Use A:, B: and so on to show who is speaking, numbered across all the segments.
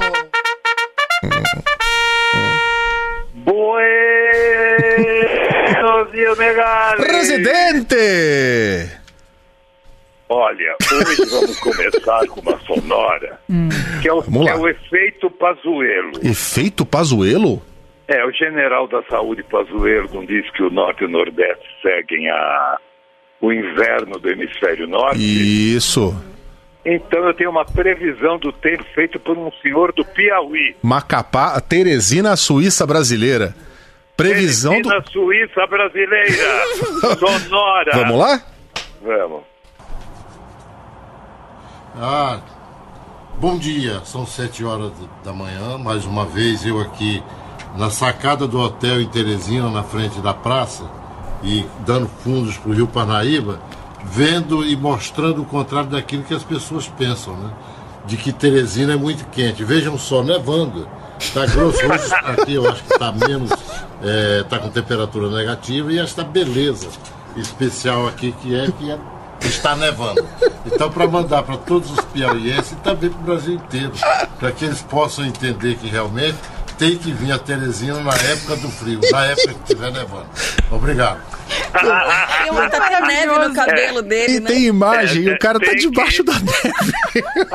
A: Possessimo!
B: Buenos dias, Megali!
A: Presidente!
B: Olha, hoje vamos começar com uma sonora que é o,
A: Vamos lá.
B: é o efeito Pazuello.
A: Efeito Pazuelo?
B: É, o general da saúde Pazuello não diz que o norte e o nordeste seguem a, o inverno do hemisfério norte.
A: Isso.
B: Então eu tenho uma previsão do tempo feita por um senhor do Piauí.
A: Macapá, Teresina, Suíça brasileira. Previsão do.
B: Na Suíça brasileira. sonora.
A: Vamos lá?
B: Vamos.
C: Ah, bom dia, são sete horas da manhã, mais uma vez eu aqui na sacada do hotel em Teresina, na frente da praça, e dando fundos para o Rio Parnaíba, vendo e mostrando o contrário daquilo que as pessoas pensam, né? De que Teresina é muito quente. Vejam só, nevando. Está grosso hoje, aqui eu acho que está menos, está É, tá com temperatura negativa e esta beleza especial aqui que é que é está nevando. Então, para mandar para todos os piauienses e também para o Brasil inteiro, para que eles possam entender que realmente tem que vir a Teresina na época do frio, na época que estiver nevando. Obrigado.
D: Tem uma tá com neve no cabelo dele,
A: E
D: né?
A: tem imagem,
B: É,
A: o cara tá
B: tem
A: debaixo
B: que-
A: da neve.
B: O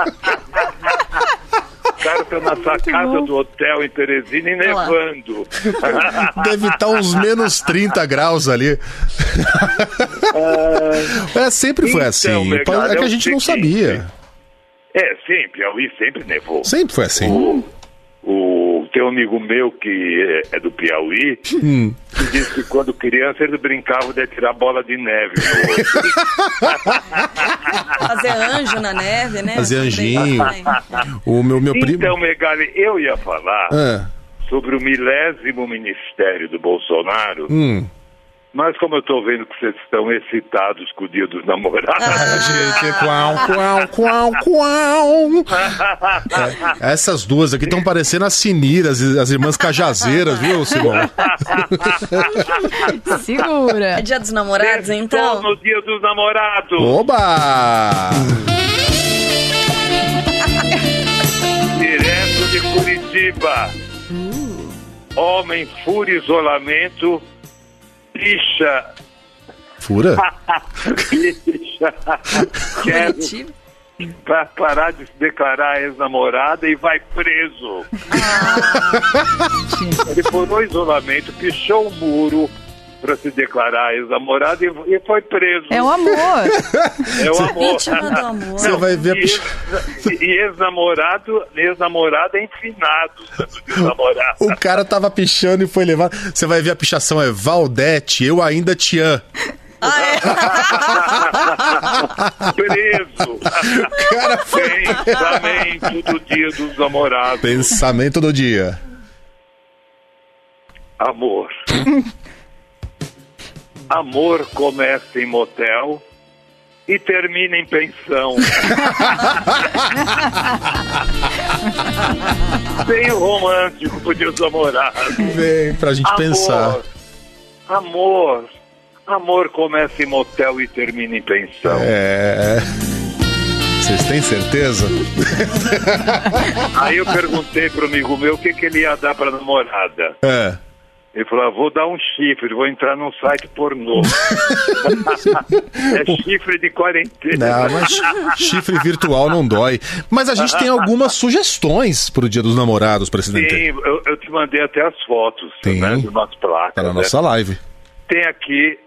B: cara tá na sacada do hotel em Teresina e
D: lá.
B: nevando.
A: Deve estar uns menos 30 graus ali. É, sempre foi
B: Então,
A: assim.
B: Megali,
A: É que
B: é
A: a
B: o
A: gente não
B: seguinte.
A: sabia.
B: É, sim, Piauí sempre nevou.
A: Sempre foi assim.
B: Então, O, tem um amigo meu que é, é do Piauí,
A: Hum.
B: que disse que quando criança ele brincava de atirar bola de neve no
A: É
B: outro.
D: Fazer anjo na neve, né?
A: Fazer anjinho.
D: Também.
A: O meu, meu primo.
B: Então, Megali, eu ia falar
A: Ah,
B: sobre o milésimo ministério do Bolsonaro,
A: Hum.
B: mas como eu tô vendo que vocês estão excitados com o dia dos
D: Ah,
B: namorados,
A: gente, quau, quau, quau, quau. É, essas duas aqui estão parecendo as Siniras, as irmãs cajazeiras, viu, Simão?
D: É
E: Segura.
D: dia dos namorados,
B: Estou
D: então?
B: no dia dos namorados!
A: Oba!
B: Direto de Curitiba.
E: Hum.
B: Homem fura isolamento, picha,
A: Fura?
B: picha, quer
D: Curitiba.
B: pra parar de se declarar ex-namorada e vai preso.
E: Ah.
B: Ele furou isolamento, pichou o muro pra se declarar ex-namorada e, e foi preso.
E: É o amor.
B: É o amor.
D: Vítima do um amor.
A: Você vai ver a
B: E
A: picha-
B: ex- E ex-namorado, ex-namorada é enfinado, namorado.
A: O cara tava pichando e foi levado. Você vai ver a pichação é Valdete, eu ainda te amo.
D: Ah, é?
B: preso.
A: Cara, foi
B: Pensamento do dia dos namorados.
A: pensamento do dia.
B: Amor. Amor começa em motel e termina em pensão. Bem romântico pro dia dos namorados.
A: Vem pra gente pensar.
B: Amor. Amor começa em motel e termina em pensão.
A: É. Vocês têm certeza?
B: Aí eu perguntei pro amigo meu o que, que ele ia dar pra namorada.
A: É.
B: Ele falou, ah, vou dar um chifre, vou entrar num site pornô. é chifre de quarentena.
A: Não, Ah, mas chifre virtual não dói. Mas a gente tem algumas sugestões pro Dia dos Namorados, presidente.
B: Sim, eu, eu te mandei até as fotos
A: Tem.
B: né, do nosso placa.
A: Tá na nossa live.
B: Tem aqui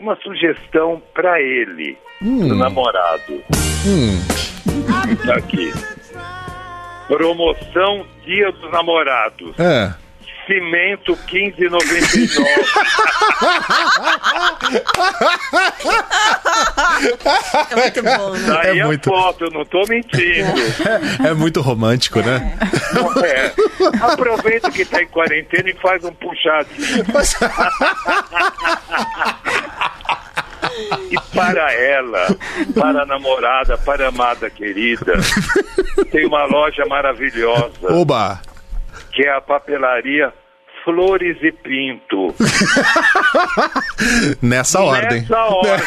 B: uma sugestão pra ele,
A: Hum.
B: do namorado. Tá aqui. Promoção Dia dos Namorados.
A: É.
B: Cimento 15,99.
D: É muito bom, né?
B: Daí
A: É
B: Tá a
A: muito.
B: foto, eu não tô mentindo.
A: É muito romântico, né?
B: Não é. Aproveita que tá em quarentena e faz um puxadinho.
A: Mas-
B: E para ela, para a namorada, para a amada querida, tem uma loja maravilhosa.
A: Oba!
B: que é a papelaria Flores e Pinto.
A: Nessa ordem.
B: Nessa ordem.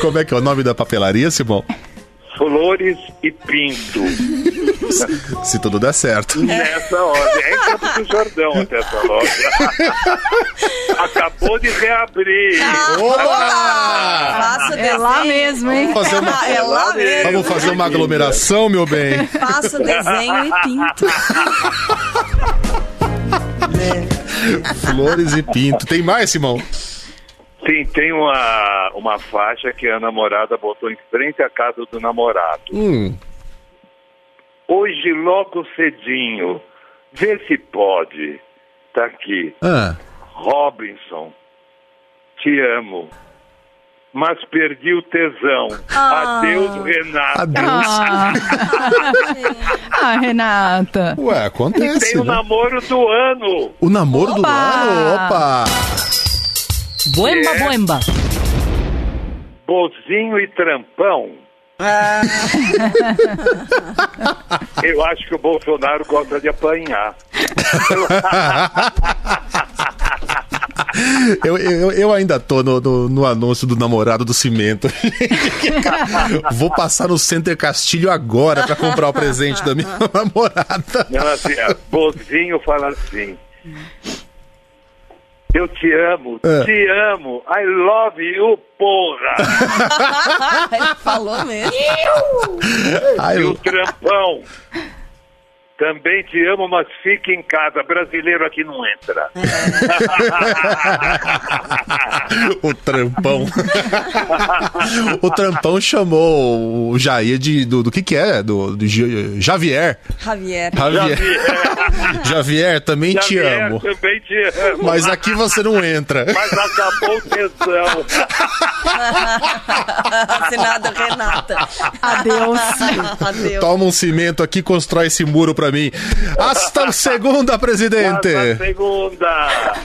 A: Como é que é o nome da papelaria, Simão?
B: Flores e Pinto.
A: Se tudo der certo.
B: Nessa ordem. É em Campos do Jordão até essa loja. Acabou de reabrir.
A: Oba!
D: Faça
E: É lá
D: desenho.
E: mesmo, hein?
A: Vamos fazer uma,
D: Ah, é lá mesmo.
A: vamos fazer uma aglomeração, meu bem.
D: Faça desenho e pinto.
A: Flores e pinto. Tem mais, Simão?
B: Sim, tem uma, uma faixa que a namorada botou em frente à casa do namorado.
A: Hum.
B: Hoje, logo cedinho, vê se pode. Tá aqui.
A: Ah.
B: Robinson, te amo. Mas perdi o tesão. Adeus, Renato.
A: Adeus.
E: Ah, Ah, Renata.
A: Ué, acontece.
B: Tem o
A: né?
B: namoro do ano.
A: O namoro do
E: Opa!
A: ano? Opa!
F: Boemba,
B: É.
F: boemba.
B: Bozinho e Trampão. Eu acho que o Bolsonaro gosta de apanhar.
A: Eu, eu, eu ainda tô no, no- no anúncio do namorado do cimento. Vou passar no Center Castilho agora pra comprar o presente da minha namorada.
B: Não, assim, a Bozinho fala assim. Eu te amo,
A: É.
B: te amo, I love you, porra!
D: Ele falou mesmo.
A: Ai,
B: E o
A: eu-
B: trampão. Também te amo, mas fique em casa. Brasileiro aqui não entra.
A: o trampão. o trampão chamou o Jair de. Do, do que que é? Do, do G- Javier.
D: Javier.
A: Javier. Javier, também te
B: Javier,
A: amo.
B: Também te amo.
A: Mas aqui você não entra.
B: Mas acabou o tesão.
D: Assinada Renata.
E: Adeus.
D: Adeus.
A: Toma um cimento aqui, constrói esse muro pra mim. Hasta segunda, presidente.
B: Até segunda.